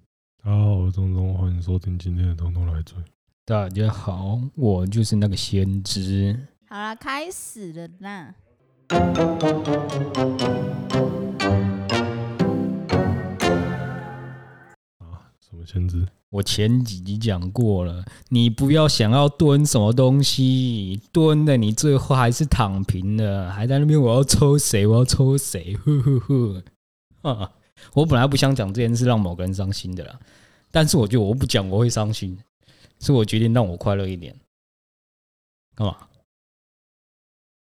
大家好，我是东东，欢迎收听今天的《东东来追》。大家好，我就是那个先知。好啦，开始了啦。啊什么先知？我前几集讲过了，你不要想要蹲什么东西，蹲的你最后还是躺平了，还在那边我要抽谁，我要抽谁， 呵呵呵。啊，我本来不想讲这件事让某个人伤心的啦，但是我觉得我不讲我会伤心，所以我决定让我快乐一点。干嘛？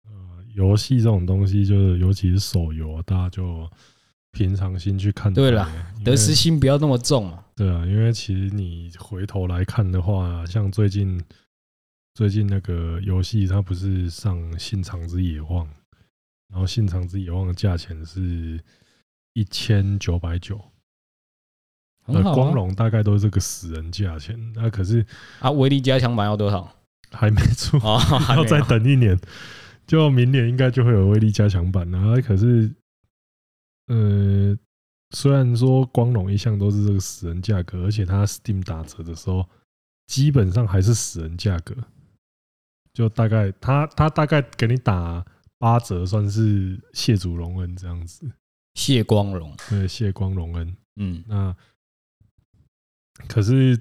呃，游戏这种东西，就是尤其是手游啊，大家就平常心去看待。对啦因为得失心不要那么重嘛。对啊，因为其实你回头来看的话，像最近最近那个游戏，它不是上《信长之野望》，然后《信长之野望》的价钱是一千九百九，呃很好光啊，荣大概都是这个死人价钱。那可是啊威力加强版要多少？还没出， 哦，还没要有再等一年，就明年应该就会有威力加强版然后可是，呃，虽然说光荣一向都是这个死人价格，而且它 Steam 打折的时候，基本上还是死人价格，就大概它它大概给你打八折，算是谢主隆恩这样子，谢光荣。对，谢光隆恩。嗯，那可是，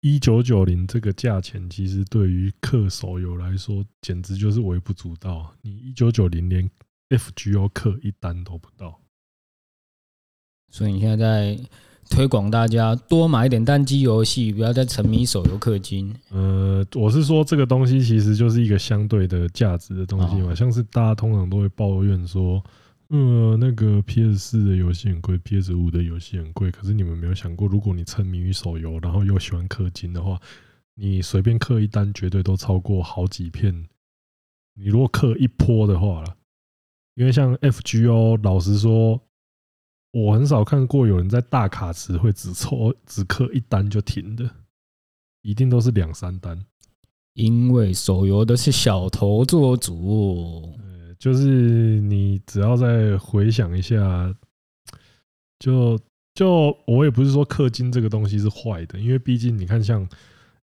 一九九零这个价钱，其实对于氪手游来说，简直就是微不足道啊。你一九九零连 FGO 氪一单都不到，所以你现在在推广大家多买一点单机游戏，不要再沉迷手游氪金。呃，我是说这个东西其实就是一个相对的价值的东西嘛，哦像是大家通常都会抱怨说，呃，那个 PS 四的游戏很贵，PS 五的游戏很贵，可是你们没有想过，如果你沉迷于手游，然后又喜欢氪金的话，你随便氪一单绝对都超过好几片。你如果氪一波的话啦，因为像 FGO，老实说。我很少看过有人在大卡池会只抽只氪一单就停的，一定都是两三单。因为手游都是小头做主，呃，就是你只要再回想一下，就就我也不是说氪金这个东西是坏的，因为毕竟你看像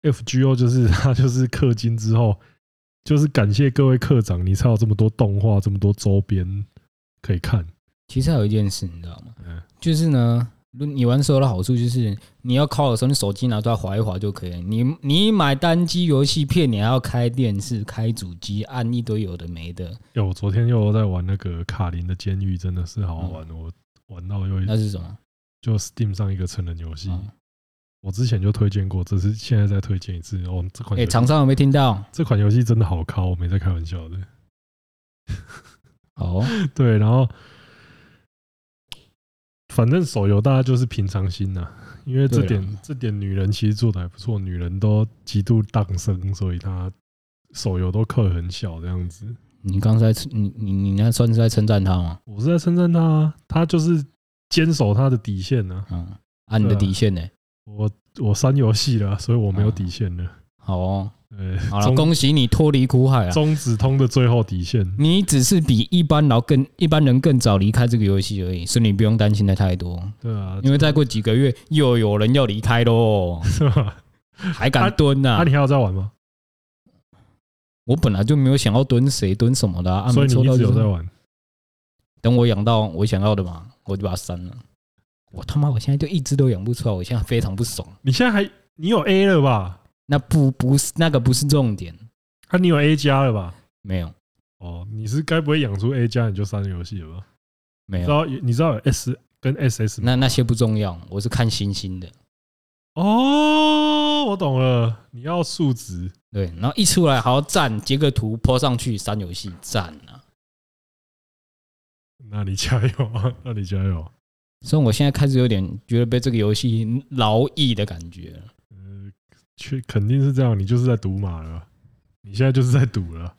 FGO，就是它就是氪金之后，就是感谢各位课长，你才有这么多动画，这么多周边可以看。其实还有一件事，你知道吗？嗯，就是呢，如你玩手游的好处就是，你要 call 的时候，你手机拿出来划一划就可以了。你你买单机游戏片，你还要开电视、开主机，按一堆有的没的，哟，我昨天又在玩那个卡林的监狱，真的是好好玩，我玩到又嗯那是什么？就 Steam 上一个成人游戏。嗯我之前就推荐过，只是现在再推荐一次哦。这款哎、游戏厂商有没有听到？这款游戏真的好靠，我没在开玩笑的。 哦，对，然后反正手游大家就是平常心呐、因为这对啊点这点女人其实做的还不错，女人都极度荡生，所以她手游都氪很小这样子。你刚才你你你那算是在称赞他吗？我是在称赞她啊，她就是坚守她的底线呢、嗯，啊，你的对啊底线呢、我我删游戏了，啊所以我没有哦底线了。好哦，呃，好了，中恭喜你脱离苦海啊！嗯中指通的最后底线。你只是比一般老更一般人更早离开这个游戏而已，所以你不用担心的太多，对啊，因为再过几个月又有人要离开 喽，是吧？还敢蹲呐、那、啊你还有在玩吗？我本来就没有想要蹲谁蹲什么的、啊，啊所以你没抽一到直就有是在玩。等我养到我想要的嘛，我就把它删了。我他妈，我现在就一只都养不出来，我现在非常不爽。你现在还你有 A 了吧？那不不是那个不是重点，啊，你有 A 加了吧？没有哦，你是该不会养出 A 加你就删游戏了吧？没你知有，道你知道有 S 跟 SS 吗？那那些不重要，我是看星星的。哦，我懂了，你要数值，对，然后一出来好赞，截个图 po 上去，删游戏赞啊！那你加油啊， 那你加油。所以我现在开始有点觉得被这个游戏劳役的感觉了。呃，确肯定是这样，你就是在赌马了，你现在就是在赌了。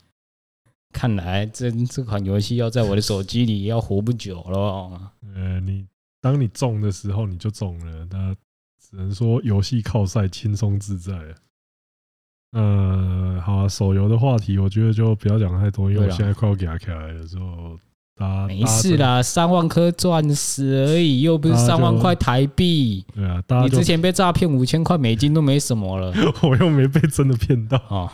看来这这款游戏要在我的手机里要活不久 了。呃，你当你中的时候你就中了，那只能说游戏靠赛轻松自在啊。呃，好啊，手游的话题我觉得就不要讲太多，因为我对啊现在快要给它开来了，之后大家没事，啊啦，三万颗钻石而已，又不是大家就三万块台币。大家对啊，大你家之就前被诈骗五千块美金都没什么了 我又没被真的骗到，哦，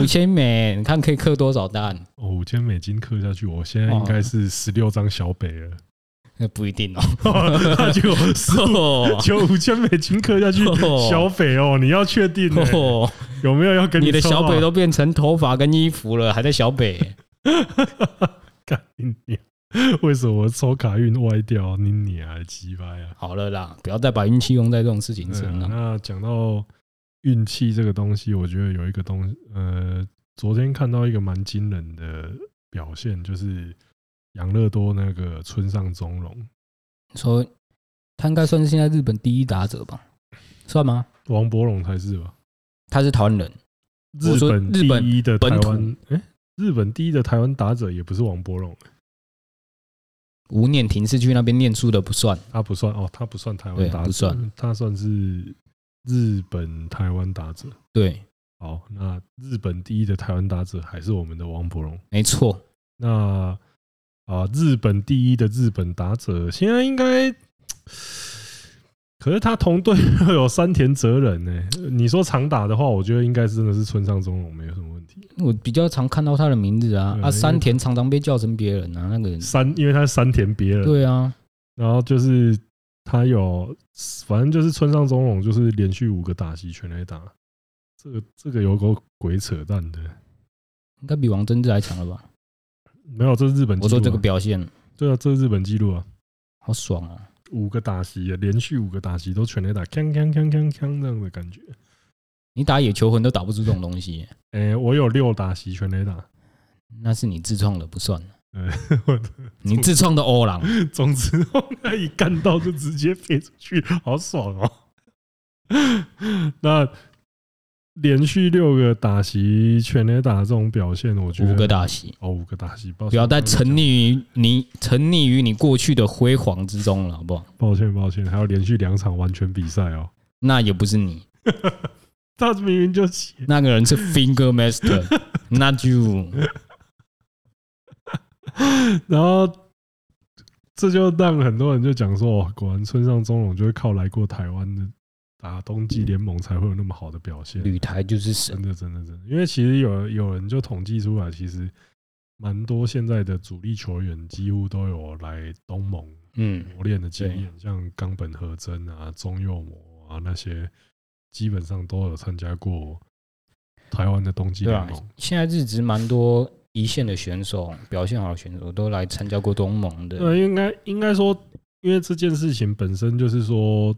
五千美，你看可以克多少蛋？哦，五千美金刻下去，我现在应哦该是十六张小北了， 那不一定哦。那就十五哦就五千美金刻下去，哦小北哦，你要确定欸 哦，有没有要跟你的抽小啊北都变成头发跟衣服了，还在小北。 干你娘！为什么我抽卡运歪掉？你你啊，鸡巴呀！好了啦，不要再把运气用在这种事情对啊上了。那讲到运气这个东西，我觉得有一个东西，呃，昨天看到一个蛮惊人的表现，就是养乐多那个村上中龙，说他应该算是现在日本第一打者吧？算吗？王伯龙才是吧？他是台湾人，我日说本日本第一的台本土湾，哎、日本第一的台湾打者也不是王伯欸龙，吴念婷是去那边念书的，不算。他不算哦，他不算台对湾啊打者，不算，他算是日本台湾打者。对，好，那日本第一的台湾打者还是我们的王伯龙。没错。那啊，日本第一的日本打者现在应该，可是他同队 又有山田哲人呢、你说长打的话，我觉得应该真的是村上中龙没有什么问题。我比较常看到他的名字啊对，啊啊，因为山田常常被叫成别人啊，那个人。山，因为他是山田别人，对啊，然后就是他有，反正就是村上中龙就是连续五个打席全垒打，这个这个有够鬼扯淡的。应该比王贞治还强了吧？没有，这是日本记录啊、我说这个表现对啊，这是日本记录啊，好爽啊！五个打席耶，连续五个打席都全垒打，锵锵锵锵锵这样的感觉。你打野球魂都打不出这种东西，诶、我有六打席全垒打，那是你自创的，不算。 我你自创的欧 朗， 总之后来一干到就直接飞出去，好爽哦！ 那连续六个打席全垒打这种表现，我觉得五个大喜，哦，五个打席，抱歉不要再沉溺于你沉溺于你过去的辉煌之中了，好不好？抱歉抱歉，还要连续两场完全比赛哦。那也不是你，他明明就写那个人是 Finger Master，Not you。然后这就让很多人就讲说，哇，果然村上中龙就是靠来过台湾的打冬季联盟才会有那么好的表现。旅台就是神真，的，真的，真的，因为其实有有人就统计出来，其实蛮多现在的主力球员几乎都有来东盟嗯，磨练的经验，像冈本和真啊、中右磨啊那些，基本上都有参加过台湾的冬季对联啊盟。，现在日职蛮多一线的选手，表现好的选手都来参加过东盟的，对，呃应该应该说，因为这件事情本身就是说，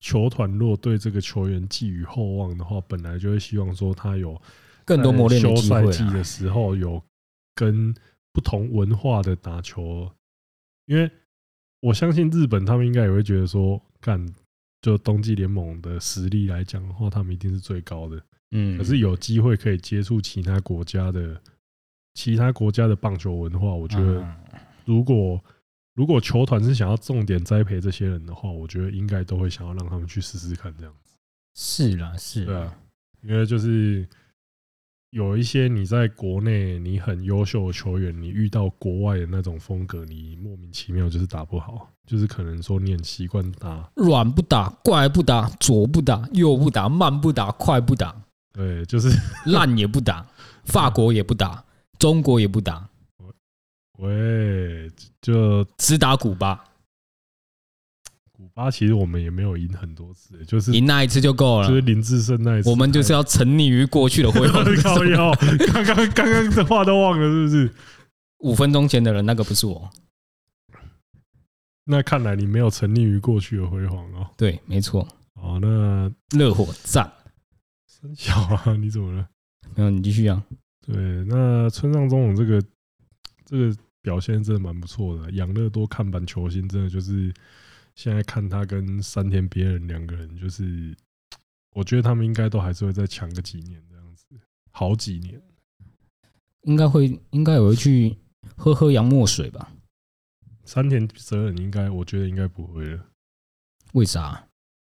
球团若对这个球员寄予厚望的话，本来就会希望说他有更多在磨练的休机赛会啊季啦。的时候，有跟不同文化的打球，因为我相信日本他们应该也会觉得说，干就冬季联盟的实力来讲的话，他们一定是最高的。嗯，可是有机会可以接触其他国家的其他国家的棒球文化，我觉得嗯如果如果球团是想要重点栽培这些人的话，我觉得应该都会想要让他们去试试看这样，是啦，是对啦啊，因为就是有一些你在国内你很优秀的球员，你遇到国外的那种风格，你莫名其妙就是打不好，就是可能说你很习惯打，软不打，怪不打，左不打，右不打，慢不打，快不打，对，就是烂也不打，法国也不打，中国也不打，喂，就只打古巴，古巴其实我们也没有赢很多次，就是赢那一次就够就是了。林志胜那一次，我们就是要沉溺于过去的辉煌之中。 靠腰，刚刚刚刚的话都忘了是不是？五分钟前的人，那个不是我。那看来你没有沉溺于过去的辉煌哦。对，没错，哦，那热火赞。三小啊， 你怎么了？没有，你继续啊。对，那村上中勇这个这个表现真的蛮不错的，啊养乐多看板球星真的就是现在看他跟山田别人两个人，就是我觉得他们应该都还是会再强个几年这样子，好几年。应该会，应该也会去喝喝洋墨水吧？山田哲人应该，我觉得应该不会了。为啥？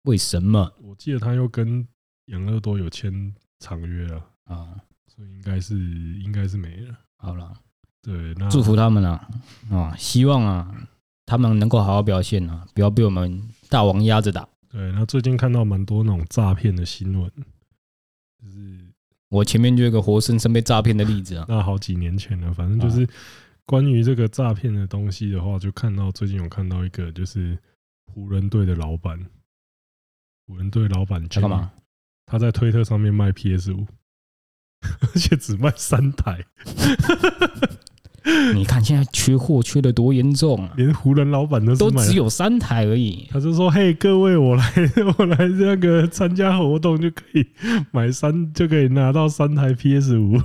为什么我记得他又跟养乐多有签长约了。啊？所以应该是应该是没了。好了，对，那祝福他们啊啊！希望啊，他们能够好好表现啊，不要被我们大王压着打。对，那最近看到蛮多那种诈骗的新闻，就是我前面就有一个活生生被诈骗的例子啊，那好几年前了，反正就是关于这个诈骗的东西的话，就看到最近有看到一个就是湖人队的老板，湖人队老板他干嘛？？他在推特上面卖 PS 五， 而且只卖三台，你看现在缺货缺的多严重啊，连湖人老板都都是买只。有三台而已。他就说：“嘿，各位，我来， 我来那个参加活动就可以买三，就可以拿到三台 PS 五。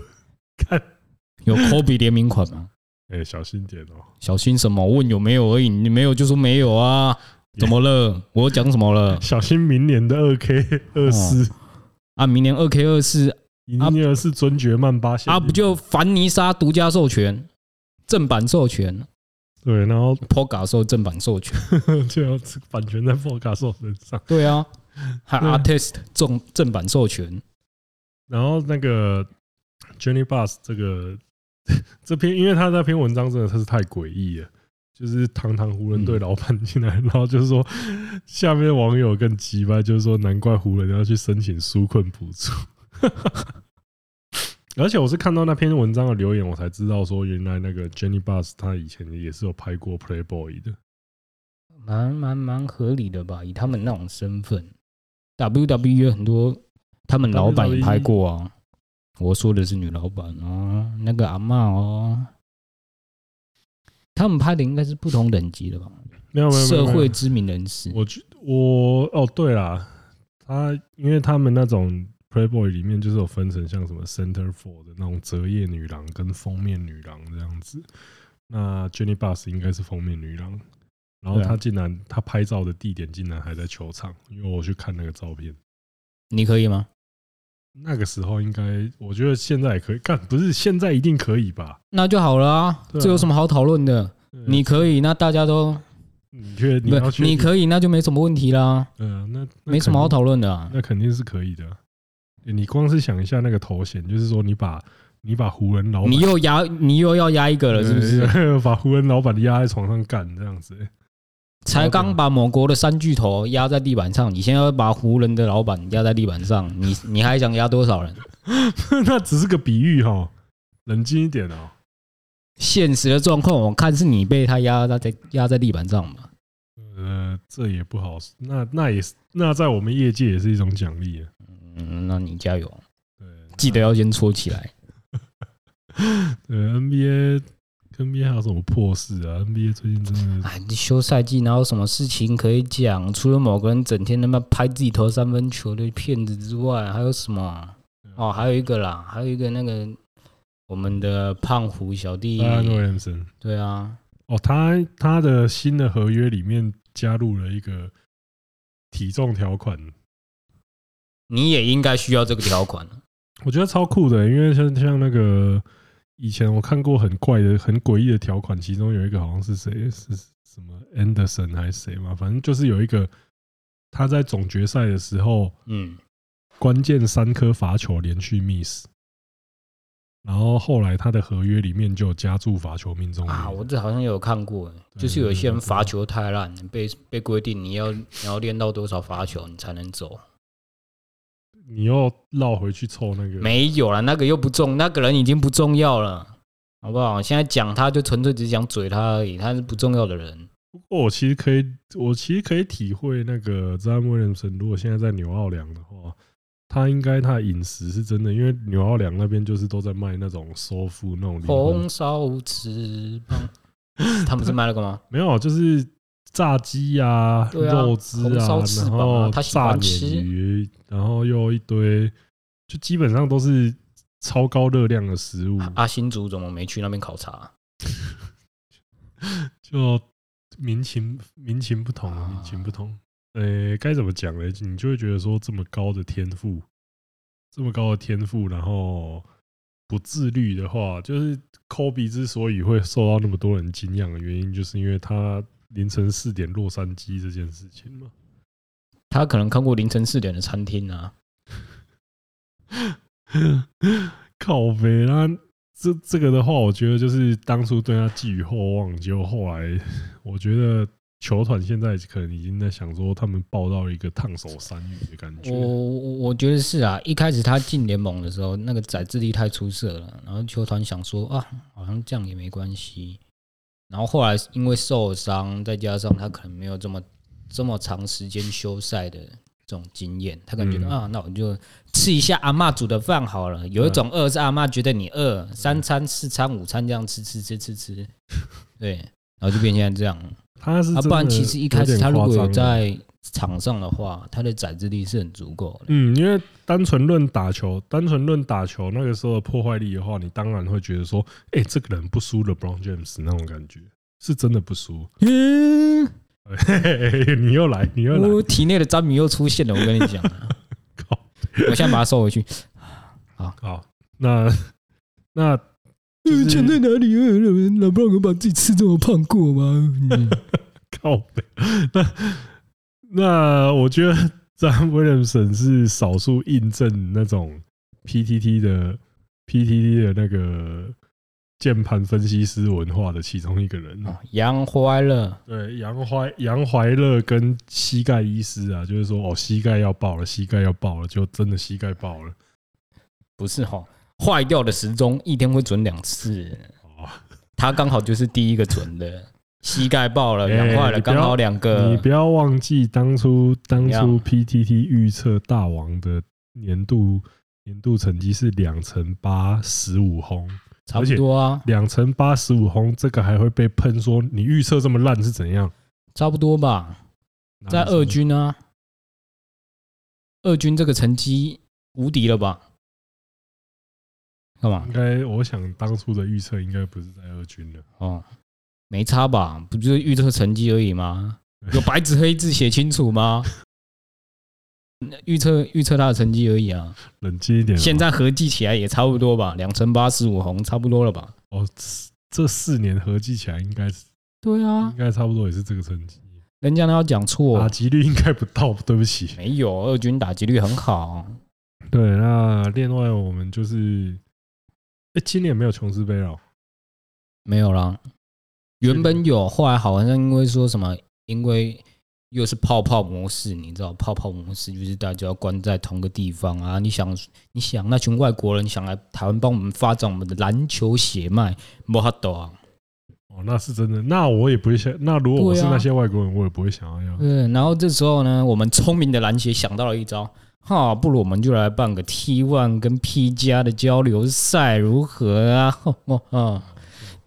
看， 有 Kobe 联名款吗？哎、小心点哦、小心什么？问有没有而已，你没有就说没有啊。怎么了？我讲什么了？小心明年的二 K 二四，啊，明年二 K 二四尼尔是尊爵曼巴限啊，定不就凡妮莎独家授权、正版授权、对？然后 Poga 授正版授权？就要吃版权在 p o g a 兽身上，对啊，还对 Artist 正正版授权，然后那个 Jenny Bus 这个 这篇，因为他那篇文章真的他是太诡异了，就是堂堂湖嗯人队老板进来，然后就是说下面网友更鸡巴，就是说难怪湖人要去申请纾困补助。 而且我是看到那篇文章的留言，我才知道说原来那个 Jenny Bus 他以前也是有拍过 Playboy 的。蛮蛮蛮合理的吧？以他们那种身份，WWE 有很多他们老板也拍过啊。我说的是女老板哦，那个阿嬷哦，他们拍的应该是不同等级的吧？没有没有没有社没有会知名人士，我觉我哦，对啦，他因为他们那种 Playboy 里面就是有分成像什么 Center for 的那种折页女郎跟封面女郎这样子。那 Jenny Bus 应该是封面女郎，然后对啊她竟然她拍照的地点竟然还在球场，因为我去看那个照片，你可以吗？那个时候应该我觉得现在也可以干，不是现在一定可以吧？那就好了啊，对啊这有什么好讨论的？对啊你可以，那大家都你确你要不，去你可以，那就没什么问题啦，嗯、那那没什么好肯定讨论的啊。那肯定是可以的啊。你光是想一下那个头衔，就是说你把你把湖人老板你又压，你又要压一个了，是不 是？呃把湖人老板压在床上干这样子、 才刚把某国的三巨头压在地板上，你现在要把湖人的老板压在地板上，你你还想压多少人？那只是个比喻哈，冷静一点哦、现实的状况，我看是你被他压在压在地板上嘛。呃，这也不好，那那也是那在我们业界也是一种奖励啊。嗯，那你加油，对，记得哦要先搓起来。对 NBA NBA 还有什么破事啊？NBA 最近真的哎，你休赛季哪有什么事情可以讲？除了某个人整天他妈拍自己投三分球的骗子之外，还有什么？ 哦，还有一个啦，还有一个那个我们的胖虎小弟， ，Zion Williamson。对啊，哦，他他的新的合约里面加入了一个体重条款，你也应该需要这个条款。我觉得超酷的、欸因为像像那个以前我看过很怪的、很诡异的条款，其中有一个好像是谁是什么 Anderson 还是谁嘛，反正就是有一个他在总决赛的时候，嗯，关键三颗罚球连续 miss。然后后来他的合约里面就有加注罚球命中率啊，我这好像有看过，对就是有些人对对罚球太烂，被被规定你要你要练到多少罚球你才能走。你又绕回去凑那个没有了，那个又不重，那个人已经不重要了，好不好？现在讲他就纯粹只想嘴他而已，他是不重要的人。不过哦我其实可以，我其实可以体会那个 z a m w i l l i a m s o n 如果现在在纽奥良的话，他应该他的饮食是真的，因为纽奥良那边就是都在卖那种收腹那种灵魂红，烧翅膀，他们是卖那个吗？没有，就是炸鸡啊、对啊肉汁红烧翅然膀啊后他喜炸欢吃鲶鱼，然后又一堆，就基本上都是超高热量的食物，阿啊新竹怎么没去那边考察？ 就民情民情不同啊，啊民情不同。呃，该怎么讲呢？你就会觉得说，这么高的天赋，这么高的天赋，然后不自律的话，就是科比之所以会受到那么多人敬仰的原因，就是因为他凌晨四点洛杉矶这件事情嘛。他可能看过凌晨四点的餐厅啊， 靠北啦，这这个的话，我觉得就是当初对他寄予厚望，结果后来我觉得球团现在可能已经在想说，他们抱到一个烫手山芋的感觉。我我我觉得是啊，一开始他进联盟的时候，那个宰智力太出色了，然后球团想说啊，好像这样也没关系。然后后来因为受伤，再加上他可能没有这么这么长时间休赛的这种经验，他可能觉得、嗯啊，那我就吃一下阿嬷煮的饭好了。有一种饿是阿嬷觉得你饿，三餐、四餐、午餐这样吃吃吃吃吃， 对，然后就变现在这样。他是啊，真不然的其实一有开始点他如夸果有张了在场上的话，他的宰制力是很足够的。嗯，因为单纯论打球，单纯论打球那个时候的破坏力的话，你当然会觉得说，哎、这个人不输 LeBron James 那种感觉，是真的不 输。嗯，嘿嘿嘿，你又来，你又来，我体内的詹米又出现了，我跟你讲 啊，靠我现在把它收回去。靠！那那就是哪里？老布朗有把自己吃这么胖过吗？嗯 靠北，那那我觉得詹威廉森是少数印证那种 PTT 的 PTT 的那个键盘分析师文化的其中一个人。 哦杨怀了，对，杨怀杨怀乐跟膝盖医师啊，就是说哦，膝盖要爆了，膝盖要爆了，就真的膝盖爆了不是哈、坏掉的时钟一天会准两次，哦。他刚好就是第一个准的，膝盖爆了，哎养坏了，你不要刚好两你个不。要忘记当初当怎初样 PTT 预测大王的年度年度成绩是两成八十五轰，差不多啊，两成八十五轰，这个还会被喷说你预测这么烂是怎样？差不多吧。在二军啊，二军这个成绩无敌了吧？干嘛应？该，我想当初的预测应该不是在二军了。哦，没差吧？不就是预测成绩而已吗？有白纸黑字写清楚吗？预测预测他的成绩而已啊。冷静一点哦，现在合计起来也差不多吧，两成八十五红，差不多了吧？哦，这四年合计起来应该是对啊应，该差不多也是这个成绩，人家那要讲打错，击率应该不到，对不起。没有二军打击率很好，对，那另外我们就是，哎，今年没有琼斯杯了哦，没有啦。原本有，后来好像因为说什么，因为又是泡泡模式，你知道泡泡模式就是大家要关在同个地方啊。你想，你想那群外国人想来台湾帮我们发展我们的篮球血脉，没法度啊。哦，那是真的。那我也不会想，那如果我是对啊那些外国人，我也不会想要要。嗯，然后这时候呢，我们聪明的篮协想到了一招，哈，不如我们就来办个 T one 跟 P 加的交流赛，如何啊？ 哦哦哦，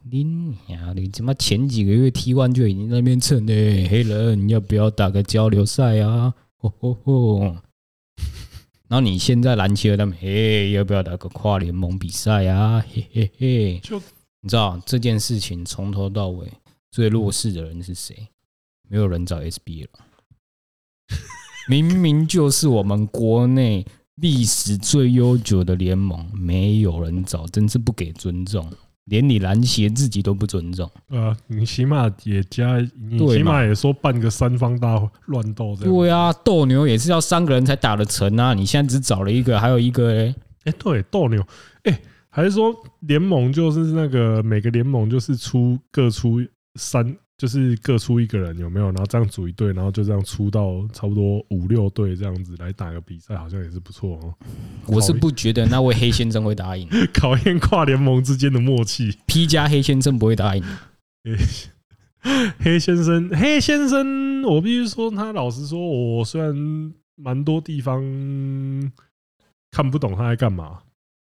你呀，你他妈前几个月 T one 就已经在那边蹭嘞，黑人要不要打个交流赛啊？ 吼吼吼！然后你现在篮协他们，嘿，要不要打个跨联盟比赛啊？嘿嘿嘿，就你知道这件事情从头到尾最弱势的人是谁？没有人找 SB 了，明明就是我们国内历史最悠久的联盟，没有人找，真是不给尊重，连你篮协自己都不尊重。呃，你起码也加，你对嘛起码也说办个三方大乱斗这样。对啊，斗牛也是要三个人才打得成啊，你现在只找了一个，还有一个嘞，哎、对，斗牛，哎、还是说联盟就是那个每个联盟就是出各出三，就是各出一个人有没有？然后这样组一队，然后就这样出到差不多五六队这样子来打个比赛，好像也是不错哦、 我是不觉得那位黑先生会答应考验跨联盟之间的默契。 ，P 加黑先生不会答应。 黑先生，黑先生，我必须说，他老实说，我虽然蛮多地方看不懂他在干嘛，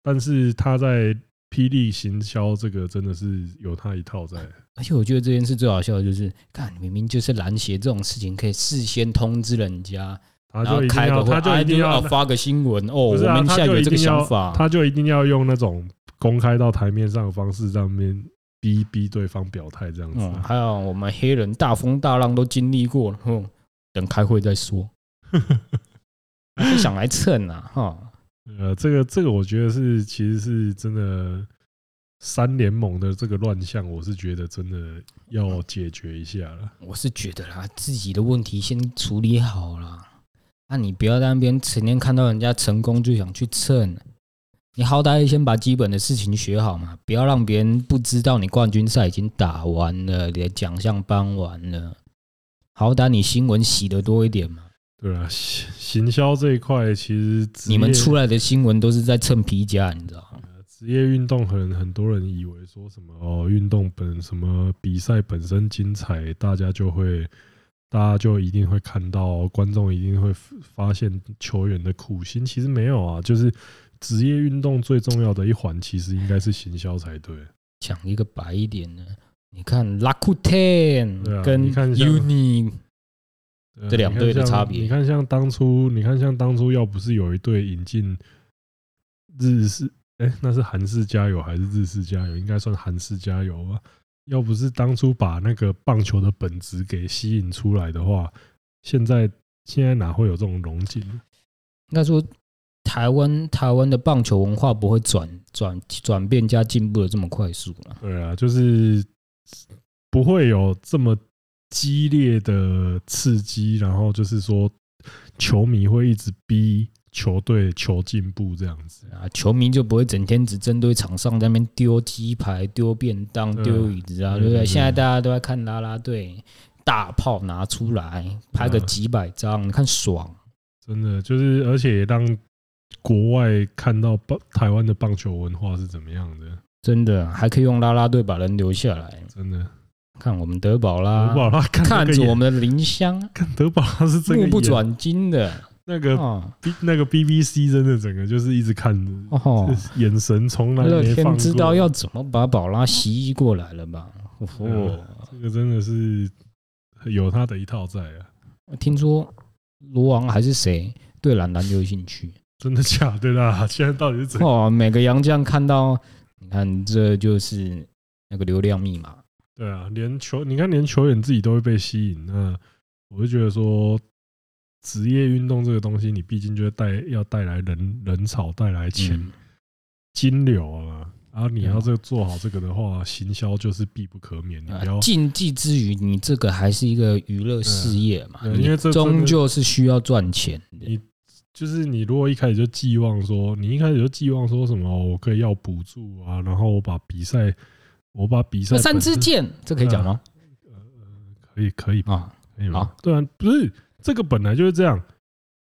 但是他在霹雳行销这个真的是有他一套在。而且我觉得这件事最好笑的就是，看明明就是篮协这种事情，可以事先通知人家，他然后就一定开要，个会，他就啊一定要，发个新闻哦，不我是啊们现在有这个想法，他就一定要用那种公开到台面上的方式，上面逼逼对方表态这样子 嗯，啊。还有我们黑人大风大浪都经历过了，哼，等开会再说。不想来蹭啊，哈，呃，这个这个，我觉得是其实是真的三联盟的这个乱象，我是觉得真的要解决一下了。我是觉得啦，自己的问题先处理好啦。那、你不要在那边成天看到人家成功就想去蹭，你好歹先把基本的事情学好嘛，不要让别人不知道你冠军赛已经打完了，你的奖项颁完了。好歹你新闻洗得多一点嘛。对啊，行行销这一块其实职业你们出来的新闻都是在蹭皮夹，你知道吗？职业运动可能很多人以为说什么哦，运动本什么比赛本身精彩，大家就会，大家就一定会看到，观众一定会发现球员的苦心。其实没有啊，就是职业运动最重要的一环，其实应该是行销才对。讲一个白一点的，你看 Rakuten 对啊跟你看像 Uni，对啊这两你看队的像差别你看，像当初，你看像当初，要不是有一队引进日式，哎、那是韩式加油还是日式加油？应该算韩式加油吧。要不是当初把那个棒球的本质给吸引出来的话，现在现在哪会有这种龙井？应该说台湾台湾的棒球文化不会转转转变加进步的这么快速了。对啊，就是不会有这么激烈的刺激，然后就是说球迷会一直逼球队求进步这样子。啊，球迷就不会整天只针对场上在那边丢鸡排、丢便当、对啊丢椅子啊，对对不对对？对现在大家都在看啦啦队，大炮拿出来拍个对啊几百张，你看爽。真的就是，而且也让国外看到棒台湾的棒球文化是怎么样的，真的还可以用啦啦队把人留下来，真的。看我们德保啦德，宝拉看啊看那个着眼我们的林香，看德宝拉是这个目不眼转睛的那个啊， B- 那个 BBC 真的整个就是一直看着，哦，眼神从来乐没放天过。知道要怎么把宝拉袭击过来了吧？嗯哦，这个真的是有他的一套在啊，听说罗王还是谁对兰兰有兴趣？真的假的啦？现在到底是怎样？哦，每个洋将看到，你看这就是那个流量密码。对啊，连球你看，连球员自己都会被吸引。那我就觉得说，职业运动这个东西，你毕竟就是带要带来人人潮，带来钱、嗯金流啊嘛。然后你对啊要这个做好这个的话，行销就是必不可免。你啊不要竞技之余，你这个还是一个娱乐事业嘛，嗯对啊你因为这终究是需要赚钱的。你就是你如果一开始就寄望说，你一开始就寄望说什么，哦我可以要补助啊，然后我把比赛，我把比赛那三本支身箭，这可以嗯讲吗？可以可以啊，可以吗好？对啊，不是这个本来就是这样。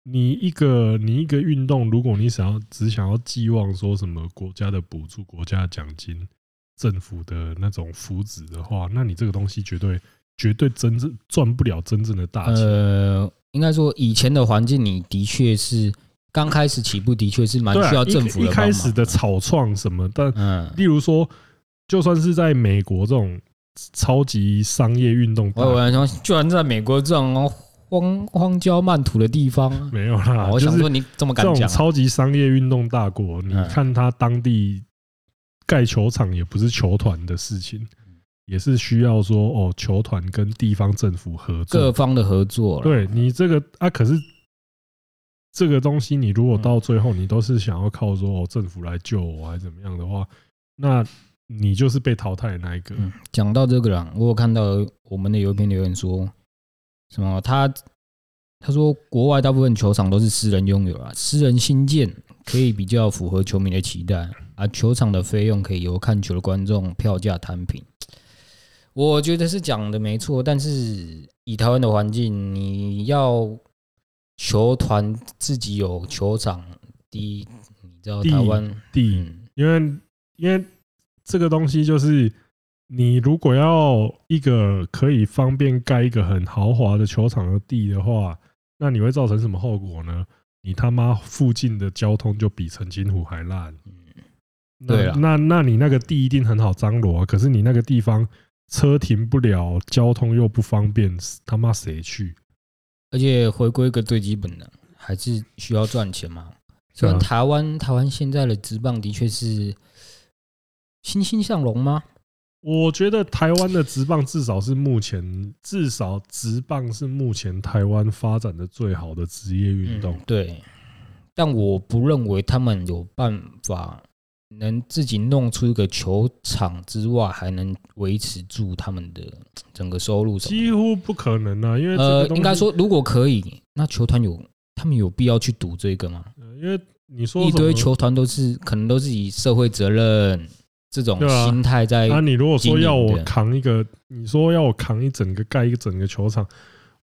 你一个你一个运动，如果你想要只想要寄望说什么国家的补助、国家的奖金、政府的那种福祉的话，那你这个东西绝对绝对真正赚不了真正的大钱。呃，应该说以前的环境，你的确是刚开始起步，的确是蛮对啊，需要政府一一的帮开始忙。的草创什么，但嗯，例如说，就算是在美国这种超级商业运动大我有人说，居然在美国这种荒荒郊漫土的地方，没有啦，哦我啊就想是说你怎么这敢种讲啊？超级商业运动大国，你嗯看他当地盖球场也不是球团的事情，嗯也是需要说哦，球团跟地方政府合各作。方的合作啦，对你这个啊，可是这个东西，你如果嗯到最后你都是想要靠说哦政府来救我还是怎么样的话，那你就是被淘汰的那一个。嗯，讲到这个啦，我有看到我们的有一篇留言说，什么他他说国外大部分球场都是私人拥有啊，私人新建可以比较符合球迷的期待啊，球场的费用可以由看球的观众票价摊平。我觉得是讲的没错，但是以台湾的环境，你要球团自己有球场，第一，你知道地台湾第一，嗯因为因为这个东西就是你如果要一个可以方便盖一个很豪华的球场的地的话，那你会造成什么后果呢？你他妈附近的交通就比澄清湖还烂。嗯那对啊那那你那个地一定很好张罗啊，可是你那个地方车停不了，交通又不方便，他妈谁去？而且回归一个最基本的，还是需要赚钱嘛。对虽啊然台湾台湾现在的职棒的确是欣欣向荣吗？我觉得台湾的职棒至少是目前，至少职棒是目前台湾发展的最好的职业运动嗯。对，但我不认为他们有办法能自己弄出一个球场之外，还能维持住他们的整个收入什么几乎不可能啊，因为这的。个呃，东西应该，说如果可以，那球团有他们有必要去赌这个吗？呃因为你说一什么堆球团都是可能都是以社会责任这种对啊心态在那、你如果说要经我营的扛一个，你说要我扛一整个盖一个整个球场，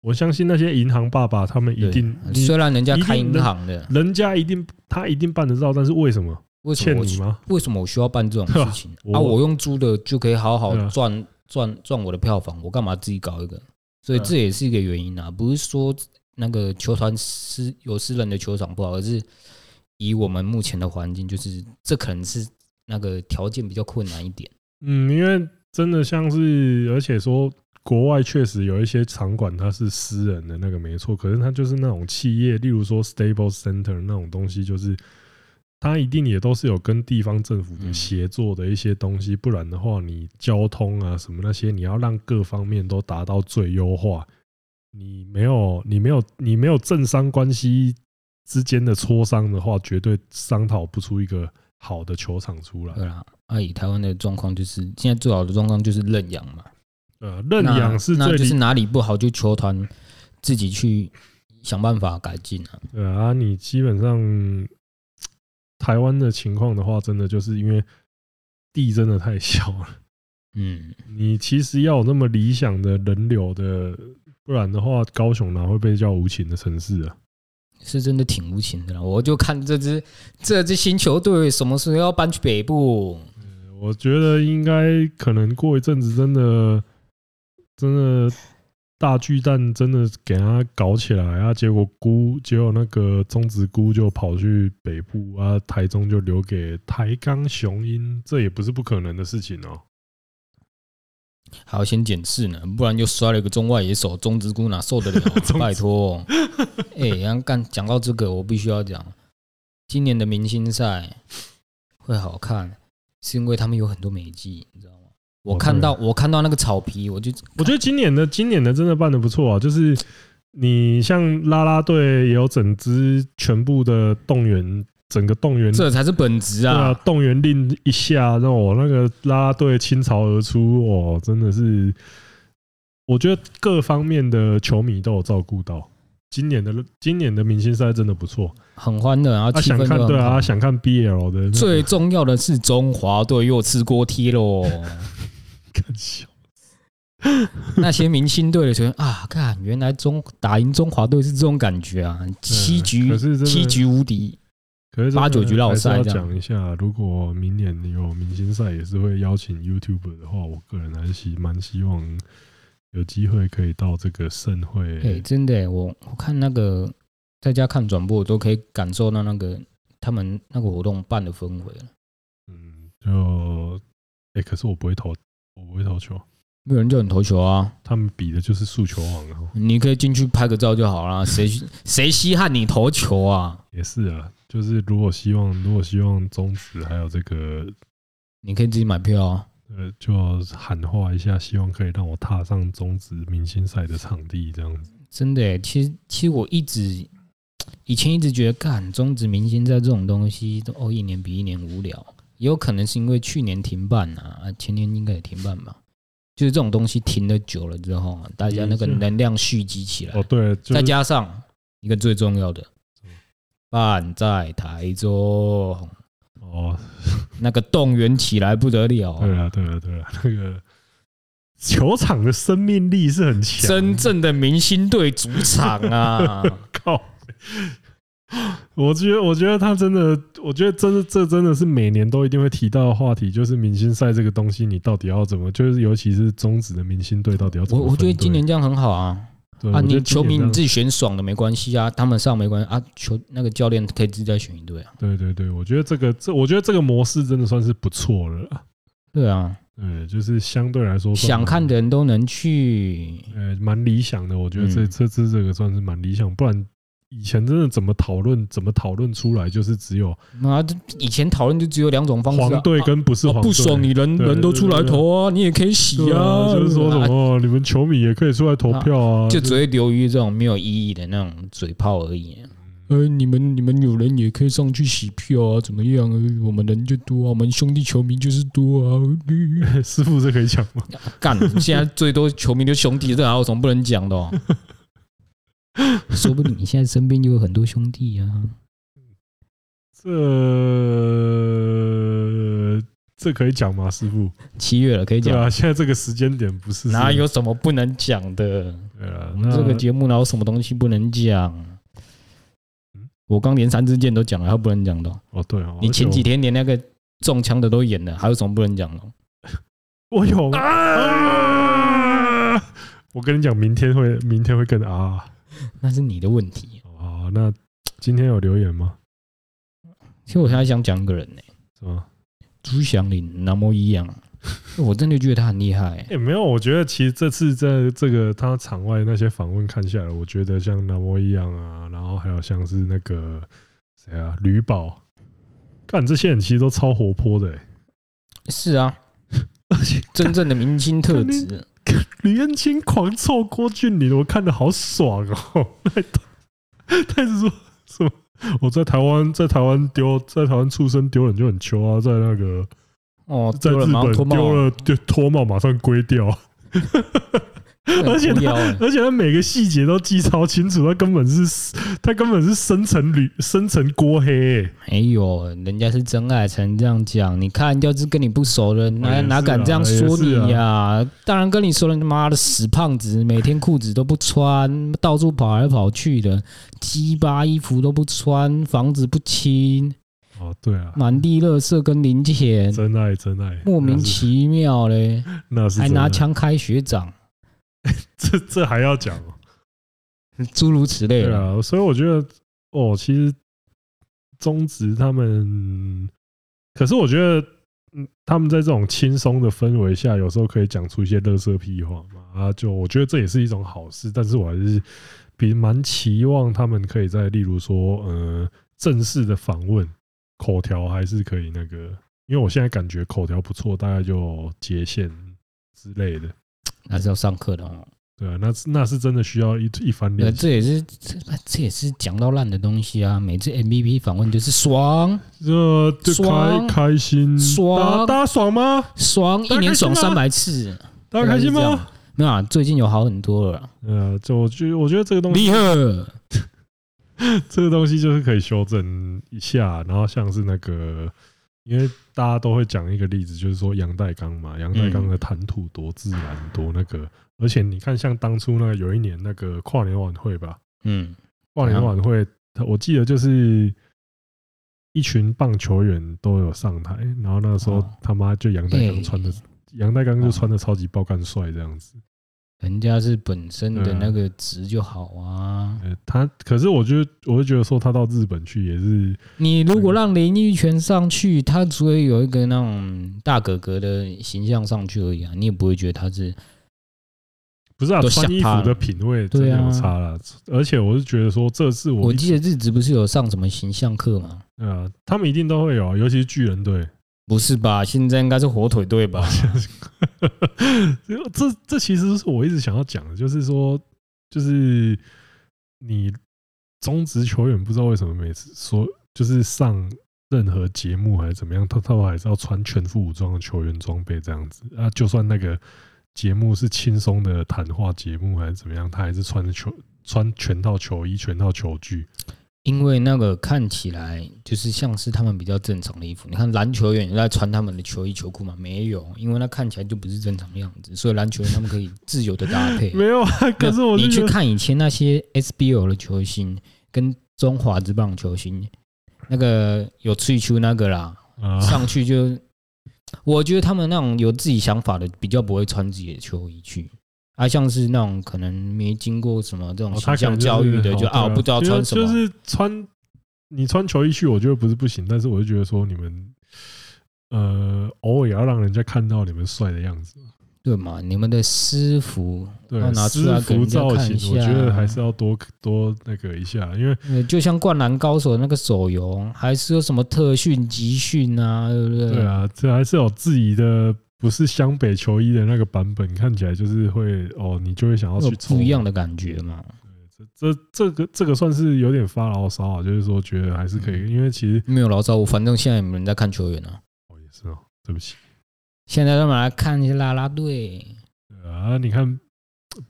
我相信那些银行爸爸他们一对呃定，你虽然人家一定开银能行的，人家一定他一定办得到，但是为什么为什欠么我你吗？为什么我需要办这种 对啊事情我啊？我用租的就可以好好对啊赚赚赚我的票房，我干嘛自己搞一个？所对以啊这也是一个原因啊，不是说那个球团私有私人的球场不好，而是以我们目前的环境，就是这可能是那个条件比较困难一点。嗯，因为真的像是，而且说国外确实有一些场馆它是私人的那个没错，可是它就是那种企业，例如说 Stable Center 那种东西，就是它一定也都是有跟地方政府的嗯协作的一些东西，不然的话，你交通啊什么那些，你要让各方面都达到最优化，你没有你没有你没有政商关系之间的磋商的话，绝对商讨不出一个好的球场出来。对啦，啊，以台湾的状况，就是现在最好的状况就是认养嘛，呃，认养是那最那就是理哪里不好就球团自己去想办法改进啊。对啊，你基本上嗯台湾的情况的话，真的就是因为地真的太小了， 嗯，你其实要有那么理想的人流的，不然的话，高雄哪会被叫无情的城市啊？是真的挺无情的啦。我就看这支这支新球队什么时候要搬去北部，呃我觉得应该可能过一阵子，真的真的大巨蛋真的给他搞起来啊，结果姑结果那个中职姑就跑去北部啊，台中就留给台钢雄鹰，这也不是不可能的事情哦、还要先检视呢，不然又摔了一个中外野手，中职姑哪受 得了职？拜托，哎、然后干讲到这个，我必须要讲，今年的明星赛会好看，是因为他们有很多美技，你知道吗？我哦看对到我看到那个草皮，我就我觉得今年的今年的真的办的不错啊，就是你像啦啦队也有整支全部的动员，整个动员这才是本质对啊啊！，动员令一下，让我那个啦啦队倾巢而出，哦，真的是，我觉得各方面的球迷都有照顾到。今年的今年的明星赛真的不错，很欢乐，然后啊，气想氛看都对很啊，好。想看 BL 的那个最重要的是中华队又吃锅贴喽。看球 那些明星队的球员啊，看原来中打赢中华队是这种感觉啊，七局、可是真的七局无敌，可是真的八九局绕赛还是这要样讲一下，如果明年有明星赛，也是会邀请 YouTube 的话，我个人还是希蛮希望有机会可以到这个盛哎、会。真的耶、我我看那个在家看转播，我都可以感受到那个他们那个活动办的氛围了，嗯，就哎、可是我不会投，我不会投球。没有人叫你投球啊，他们比的就是诉求网啊，你可以进去拍个照就好啦，谁 谁稀罕你投球啊？也是啊，就是如果希望，如果希望中止还有这个你可以自己买票啊，呃，就喊话一下，希望可以让我踏上中止明星赛的场地这样子。真的耶、其实其实我一直以前一直觉得，干中职明星赛这种东西，都哦一年比一年无聊，也有可能是因为去年停办啊，啊前年应该也停办吧。就是这种东西停了久了之后啊，大家那个也是能量蓄积起来，哦，对，就再是加上一个最重要的什么，办在台中，哦，那个动员起来不得了啊、对啊，对啊，对啊， 那个球场的生命力是很强，真正的明星队主场啊！ 靠！我觉得，我觉得他真的，我觉得真的，这真的是每年都一定会提到的话题，就是明星赛这个东西，你到底要怎么，就是尤其是中职的明星队到底要怎我么分队？我觉得今年这样很好啊，对啊，我觉你得球今迷年你这自样己选爽的没关系啊，他们上没关系啊，球那个教练可以自己再选一队啊。对对对，我觉得这个这，我觉得这个模式真的算是不错了啦。对啊，对，就是相对来说算想看蛮的人都能去。呃，蛮理想的，我觉得这嗯这这这个算是蛮理想，不然以前真的怎么讨论，怎么讨论出来就是只有妈的，啊以前讨论就只有两种方式、啊，黄队跟不是啊黄队，不爽你人对人都出来投啊，你也可以洗对啊，就是说什啊么你们球迷也可以出来投票啊，就只会流于这种没有意义的那种嘴炮而已、嗯呃，你们你们有人也可以上去洗票啊，怎么样？呃我们人就多啊，我们兄弟球迷就是多啊。 师傅这可以讲吗？ 干，现在最多球迷就兄弟，这还有什么不能讲 的、哦？说不定你现在身边就有很多兄弟啊。这这可以讲吗，师傅？七月了，可以对讲，啊，现在这个时间点不是哪有什么不能讲的？对啊？我们那这个节目哪有什么东西不能讲嗯？我刚连三支箭都讲了，还有不能讲的哦？哦对哦，你而且前我几天连那个中枪的都演了，还有什么不能讲的？我有啊！我跟你讲，明天会明天会更啊那是你的问题。啊！那今天有留言吗？其实我现在想讲一个人呢、是吗？朱祥林、南模一样，我真的觉得他很厉害、 也、没有，我觉得其实这次在这个他场外那些访问看下来，我觉得像南摩一样啊，然后还有像是那个谁啊，吕宝，看这些人其实都超活泼的、欸，是啊，而且真正的明星特肯定质。吕彦青狂臭郭俊霖，我看的好爽哦！ 他一直说什么？我在台湾，在台湾丢，在台湾出生丢人就很糗啊，在那个哦，在丢了日马上本脱帽啊丢，了就脱帽马上归掉，而且真的很无聊 欸而且他每个细节都记超清楚，他根本是他根本是深层铝深层锅黑、欸，没有，哎人家是真爱才能这样讲。你看，要是跟你不熟的，人，哦也啊哪是啊哪敢这样说你呀、当然跟你熟的，他妈的死胖子，每天裤子都不穿，到处跑来跑去的，鸡巴衣服都不穿，房子不清，哦，对啊，满地垃圾跟零钱，真爱真爱，莫名其妙嘞，那是还真拿爱枪开学长，这这还要讲、哦。诸如此类对的。啊，所以我觉得哦，其实中职他们，嗯可是我觉得，嗯，他们在这种轻松的氛围下，有时候可以讲出一些乐色屁话嘛啊，就我觉得这也是一种好事，但是我还是比蛮期望他们可以在例如说呃正式的访问口条还是可以那个，因为我现在感觉口条不错，大概就接线之类的。还是要上课的哦。对啊，那是那是真的需要一一番对，练习，这也是这这也是讲到烂的东西啊！每次 MVP 访问就是爽。这就开爽开心，爽大家大家爽吗？爽一年爽大家开心三吗百次，大家开心大概是这吗样？没有、啊，最近有好很多了啦。呃，就我觉得我觉得这个东西，厉害！这个东西就是可以修正一下，然后像是那个，因为大家都会讲一个例子，就是说杨代刚嘛，杨代刚的谈吐多自然，多那个，而且你看，像当初那个有一年那个跨年晚会吧，嗯，跨年晚会，他我记得就是一群棒球员都有上台，然后那个时候哦他妈就杨代刚哎穿的，杨代刚就穿的超级爆干帅这样子。人家是本身的对啊那个值就好啊。呃，他可是我觉得，我就觉得说他到日本去也是，你如果让林玉泉上去，他只会有一个那种大哥哥的形象上去而已啊，你也不会觉得他是不是啊，都吓穿衣怕服了啊的品味真的有差了。而且我是觉得说，这是我我一记得日子不是有上什么形象课吗？呃，他们一定都会有啊，尤其是巨人队。不是吧？现在应该是火腿队吧？ 这这其实是我一直想要讲的，就是说，就是你中职球员不知道为什么每次说就是上任何节目还是怎么样，他他还是要穿全副武装的球员装备这样子啊。就算那个节目是轻松的谈话节目还是怎么样，他还是穿着球穿全套球衣、全套球具。因为那个看起来就是像是他们比较正常的衣服。你看篮球员有在穿他们的球衣球裤吗？没有，因为那看起来就不是正常的样子，所以篮球员他们可以自由的搭 配。没有啊，可是我你就觉去得看以前那些 SBL 的球星跟中华职棒球星，那个有退出那个啦，啊，上去就，我觉得他们那种有自己想法的，比较不会穿自己的球衣去。啊，像是那种可能没经过什么这种哦形他可象能教育的，是就哦对啊，我不知道就是穿什么，就是穿你穿球衣去，我觉得不是不行，但是我就觉得说你们呃，偶尔也要让人家看到你们帅的样子。对嘛？你们的私服，对要，哦拿出来私给人服家造看一型，我下觉得还是要多多那个一下，因为呃就像《灌篮高手》那个手游，还是有什么特训、集训啊，对不对？对啊，这还是有自己的。不是湘北球衣的那个版本，看起来就是会哦，你就会想要有去抽不一样的感觉嘛。这这这个这个算是有点发牢骚啊，就是说觉得还是可嗯以，因为其实没有老早，我反正现在没人在看球员啊，哦也是哦，对不起，现在他们来看一些啦啦队。对啊，你看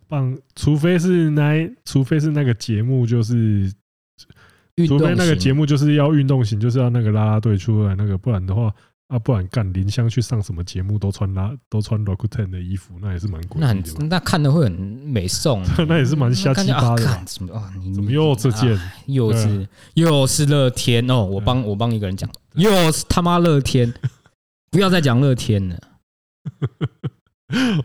棒，除非是那一，除非是那个节目，就是运除动非那个型节目就是要运动型，就是要那个啦啦队出来那个，不然的话啊，不然干林湘去上什么节目都穿拉都穿 Rockten 的衣服，那也是蛮诡那异的，很那看的会很美送、啊 那也是蛮瞎感七觉啊八，的吧。看什么啊？你怎么又这件？啊又对啊啊是又是乐天哦！我帮我帮一个人讲，又是他妈乐 天，不要再讲乐天了，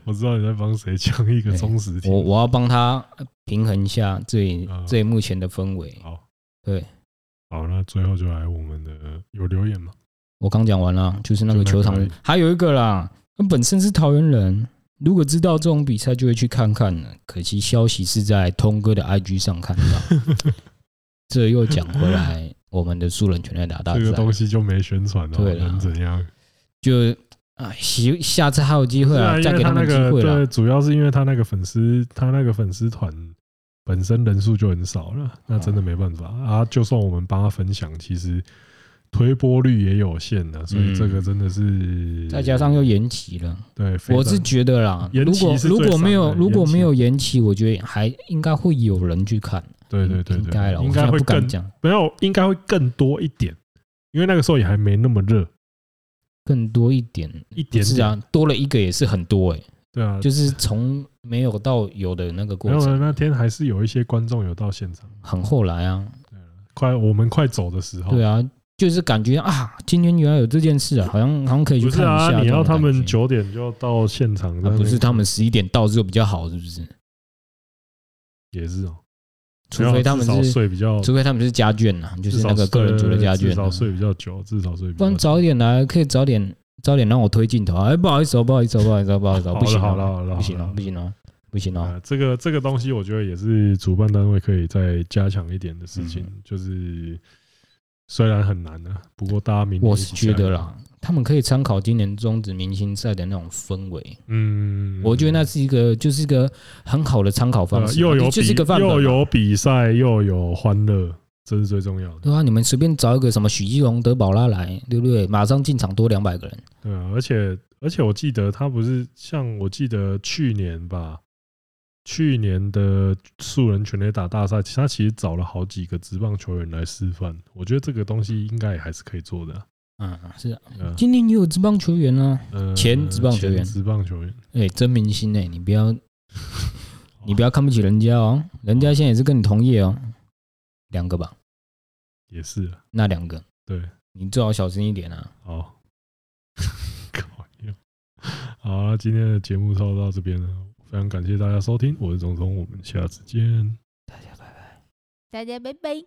我知道你在帮谁讲一个对忠实哎我听我要帮他平衡一下最啊最目前的氛围。好，对，好，那最后就来我们的有留言嘛？我刚讲完了，就是那个球场就那个而已，还有一个啦，他本身是桃园人，如果知道这种比赛就会去看看了。可惜消息是在通哥的 IG 上看到， 这又讲回来我们的素人拳垒 打大这个赛，东西就没宣传了，对啦能怎样？就啊，希下次还有机会是啊，因再为给他们那机个会啦对，。主要是因为他那个粉丝，他那个粉丝团本身人数就很少了，那真的没办法啊。就算我们帮他分享，其实推播率也有限的，所以嗯这个真的是再加上又延期了，对，非我常是觉得啦，延如期果是如最果没伤有的如果延期没有延期，我觉得还应该会有人去看，对对对应对，该了，应我现该在会不敢更讲没有，应该会更多一点，因为那个时候也还没那么热更多一点，一点是点，啊，多了一个也是很多哎、对啊，就是从没有到有的那个过没有程，啊那天还是有一些观众有到现场，很后来啊，快我们快走的时候，对啊，就是感觉啊，今天原来有这件事啊，好像好像可以去不看是一下这种啊，感觉。你要他们九点就到现场，啊，在那不是边他们十一点到就比较好，是不是？也是哦，除非他们至少是，睡比较，除非他们是家眷呐，就是至少那个个人组的家至眷啊、少睡比较久，至少睡比不然较久。早一点来，可以早点早点让我推镜头啊！哎，不好意思哦，不好意思哦，不好意思哦，不好意思哦，好不行哦，好了好了不行好哦了，不行哦，不行哦，啊，这个这个东西，我觉得也是主办单位可以再加强一点的事情，嗯就是虽然很难啊，不过大家明年我一是起觉加油得，啦，他们可以参考今年中职明星赛的那种氛围，嗯，我觉得那是一个就是一个很好的参考对啊方式，又有就是一比个范本啊嘛又有比赛，又有欢乐，这是最重要的。对啊，你们随便找一个什么许基龙、德宝拉来，对不对？马上进场多两百个人，对啊，而且而且我记得他不是像我记得去年吧，去年的素人全垒打大赛，他其实找了好几个职棒球员来示范。我觉得这个东西应该也还是可以做的啊、嗯，是啊，对啊。今年也有职棒球员啊，呃，前职棒球员前职棒球员，哎，真明星哎，你不要 你不要看不起人家哦，人家现在也是跟你同业哦，两个吧。也是啊那两个，对，你最好小心一点啊。好。 搞笑好，那今天的节目差不多到这边了，非常感谢大家收听，我是钟钟，我们下次见。大家拜拜。大家拜拜。